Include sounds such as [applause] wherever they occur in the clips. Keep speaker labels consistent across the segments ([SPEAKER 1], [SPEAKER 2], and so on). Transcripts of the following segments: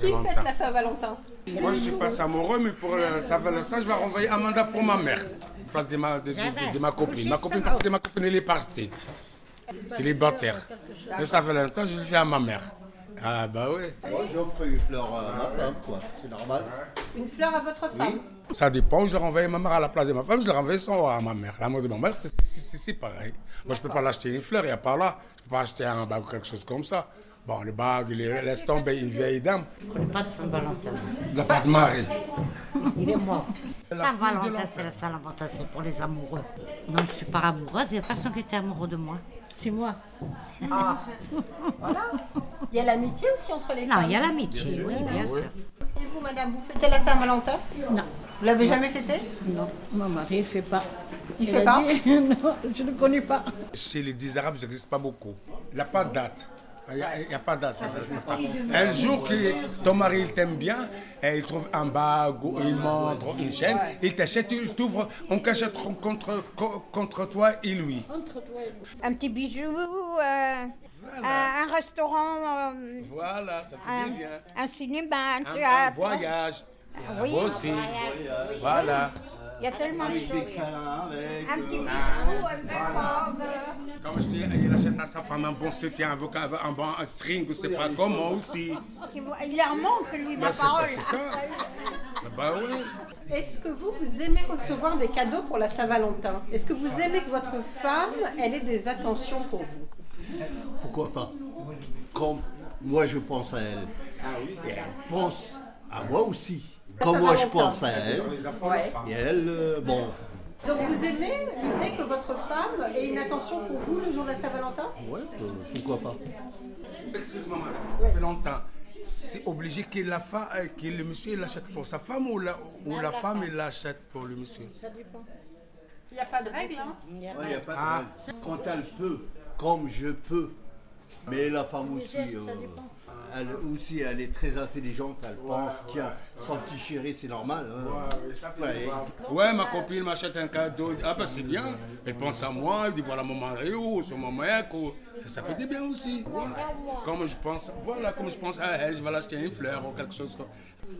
[SPEAKER 1] Qui fête la Saint-Valentin
[SPEAKER 2] Moi, je suis pas amoureux, mais pour euh, la Saint-Valentin, je vais renvoyer Amanda pour ma mère. Place de ma, de, de- de- de ma copine. Ma copine, parce que ma copine, elle est partie. Célibataire. Le Saint-Valentin, je le fais à ma mère. Ah, bah oui.
[SPEAKER 3] Moi, j'offre une fleur à ma femme, quoi. C'est normal.
[SPEAKER 1] Une fleur à votre femme.
[SPEAKER 2] Ça dépend, je leur envoie ma mère à la place de ma femme, je leur envoie son à ma mère. L'amour de ma mère, c'est- c'est c'est- c'est pareil. Moi, je peux pas l'acheter une fleur, il n'y a pas là. Je peux pas acheter un bague ou quelque chose comme ça. Bon, le bague, il est- laisse tomber une vieille dame.
[SPEAKER 4] On connaît pas de Saint-Valentin.
[SPEAKER 2] Il n'a pas de mari.
[SPEAKER 4] Il est mort.
[SPEAKER 2] La fille de
[SPEAKER 4] Saint-Valentin,
[SPEAKER 2] l'enfer.
[SPEAKER 4] c'est la Saint-Valentin, c'est pour les amoureux. Non, je suis pas amoureuse, il n'y a personne qui était amoureux de moi. C'est moi.
[SPEAKER 1] Il y a l'amitié aussi entre les
[SPEAKER 4] Non,
[SPEAKER 1] femmes.
[SPEAKER 4] il y a l'amitié, oui, bien sûr.
[SPEAKER 5] Et vous, madame, vous fêtez la Saint-Valentin
[SPEAKER 6] Non,
[SPEAKER 5] Vous l'avez jamais fêté
[SPEAKER 6] non, mon mari ne fait pas.
[SPEAKER 5] Il
[SPEAKER 6] a
[SPEAKER 5] fait pas
[SPEAKER 6] dit, Non, je ne le connais pas.
[SPEAKER 2] Chez les 10 Arabes, ça n'existe pas beaucoup. Il n'y a pas de date. Il n'y a, il y a pas de date. Un jour que ton mari il t'aime bien, et il trouve un bague, ou une montre, ou une chaîne, il t'achète, il t'ouvre en cachette contre, co- contre toi et lui.
[SPEAKER 7] un petit bijou, euh, un, un restaurant, euh,
[SPEAKER 2] Voilà, ça
[SPEAKER 7] un,
[SPEAKER 2] fait du Eh bien.
[SPEAKER 7] un cinéma, un
[SPEAKER 2] Un, un
[SPEAKER 7] théâtre.
[SPEAKER 2] voyage.
[SPEAKER 7] Oui,
[SPEAKER 2] Vous
[SPEAKER 7] un
[SPEAKER 2] aussi.
[SPEAKER 7] voyage.
[SPEAKER 2] Voilà.
[SPEAKER 7] Il y a tellement de
[SPEAKER 3] Des
[SPEAKER 7] choses.
[SPEAKER 3] câlins avec.
[SPEAKER 7] Un
[SPEAKER 3] euh,
[SPEAKER 7] petit bijou, un verre d'ordre.
[SPEAKER 2] Comme je dis, il achète à sa femme un bon soutien, un, vocal, un bon un string, ou c'est pas comment aussi.
[SPEAKER 7] Qui voit- Il leur manque, lui,
[SPEAKER 2] Bah,
[SPEAKER 7] ma
[SPEAKER 2] c'est bah,
[SPEAKER 7] parole. [laughs]
[SPEAKER 2] c'est ça. Bah oui.
[SPEAKER 1] Est-ce que vous, vous aimez recevoir des cadeaux pour la Saint-Valentin Est-ce que vous aimez que votre femme, elle ait des attentions pour vous
[SPEAKER 3] Pourquoi pas Comme moi, je pense à elle. Et elle pense à moi aussi. Comme moi, je
[SPEAKER 1] Saint-Valentin.
[SPEAKER 3] pense à elle.
[SPEAKER 1] Ouais.
[SPEAKER 3] Et elle, euh, bon,
[SPEAKER 1] Donc vous aimez l'idée que votre femme ait une attention pour vous le jour de la Saint-Valentin
[SPEAKER 3] ouais, euh, pourquoi pas
[SPEAKER 2] Excuse-moi, madame, ça fait longtemps. C'est obligé que, la fa- euh, que le monsieur il l'achète pour sa femme ou la, ou la femme il l'achète pour le monsieur
[SPEAKER 1] Il n'y a pas de règle, hein
[SPEAKER 3] Ouais, y a pas de règle. Ah. Quand elle peut, comme je peux. Mais la femme aussi, euh, elle aussi, elle est très intelligente. Elle pense, tiens, son petit chéri, c'est normal. hein. Ouais.
[SPEAKER 2] Ouais, ma copine m'achète un cadeau. Ah ben c'est bien. Elle pense à moi, elle dit voilà mon mari ou c'est mon mec. ou- Ça, ça fait du bien aussi. Ouais. Comme je pense, voilà, comme je pense à elle, je vais l'acheter une fleur ou quelque chose comme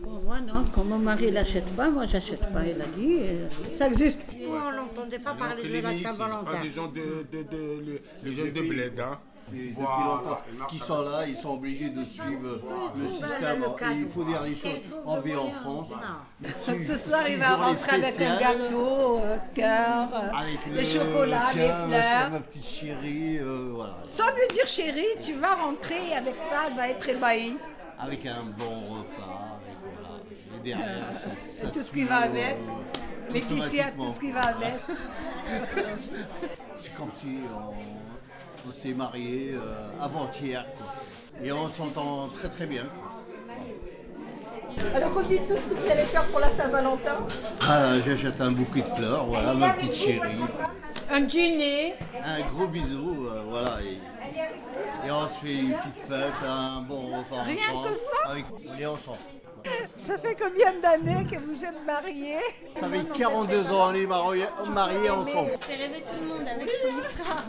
[SPEAKER 6] Pour moi, non, quand mon mari ne l'achète pas, moi, je n'achète pas. Il a dit, euh, ça existe.
[SPEAKER 4] Nous, on n'entendait pas
[SPEAKER 2] Donc,
[SPEAKER 4] parler
[SPEAKER 2] les
[SPEAKER 4] de la
[SPEAKER 2] niais, c'est pas
[SPEAKER 4] Saint-Valentin.
[SPEAKER 2] des gens de, de, de, les- les gens de bled. Hein.
[SPEAKER 3] Et depuis
[SPEAKER 2] Voilà.
[SPEAKER 3] longtemps, qui sont là, ils sont obligés de suivre le système.
[SPEAKER 4] le cadeau.
[SPEAKER 3] il faut dire les choses. On vit en France.
[SPEAKER 8] Ce soir, il va rentrer avec un gâteau, euh, cœur, euh, les chocolats, les fleurs.
[SPEAKER 3] ma petite chérie, euh, voilà.
[SPEAKER 8] Sans lui dire chérie, tu vas rentrer avec ça, elle va être ébahie.
[SPEAKER 3] Avec un bon repas. avec voilà. Et derrière, ça- ça
[SPEAKER 8] Tout ce
[SPEAKER 3] se
[SPEAKER 8] qui va
[SPEAKER 3] joue,
[SPEAKER 8] avec.
[SPEAKER 3] euh,
[SPEAKER 8] Laetitia, tout ce qui va avec.
[SPEAKER 3] C'est comme si on, on s'est marié euh, avant-hier. quoi. Et on s'entend très très bien.
[SPEAKER 1] Alors dites-nous ce que vous allez faire pour la Saint-Valentin.
[SPEAKER 3] Ah, J'achète un bouquet de fleurs, voilà, ma petite chérie.
[SPEAKER 8] Un dîner,
[SPEAKER 3] Un gros bisou, euh, voilà. Et, et on se fait une petite fête, un bon repas.
[SPEAKER 8] Rien
[SPEAKER 3] ensemble,
[SPEAKER 8] que ça
[SPEAKER 3] avec- On est ensemble.
[SPEAKER 8] ça fait combien d'années que vous êtes mariés
[SPEAKER 3] Ça fait 42 ans, on est mariés, mariés ensemble.
[SPEAKER 9] fait rêver tout le monde avec son histoire.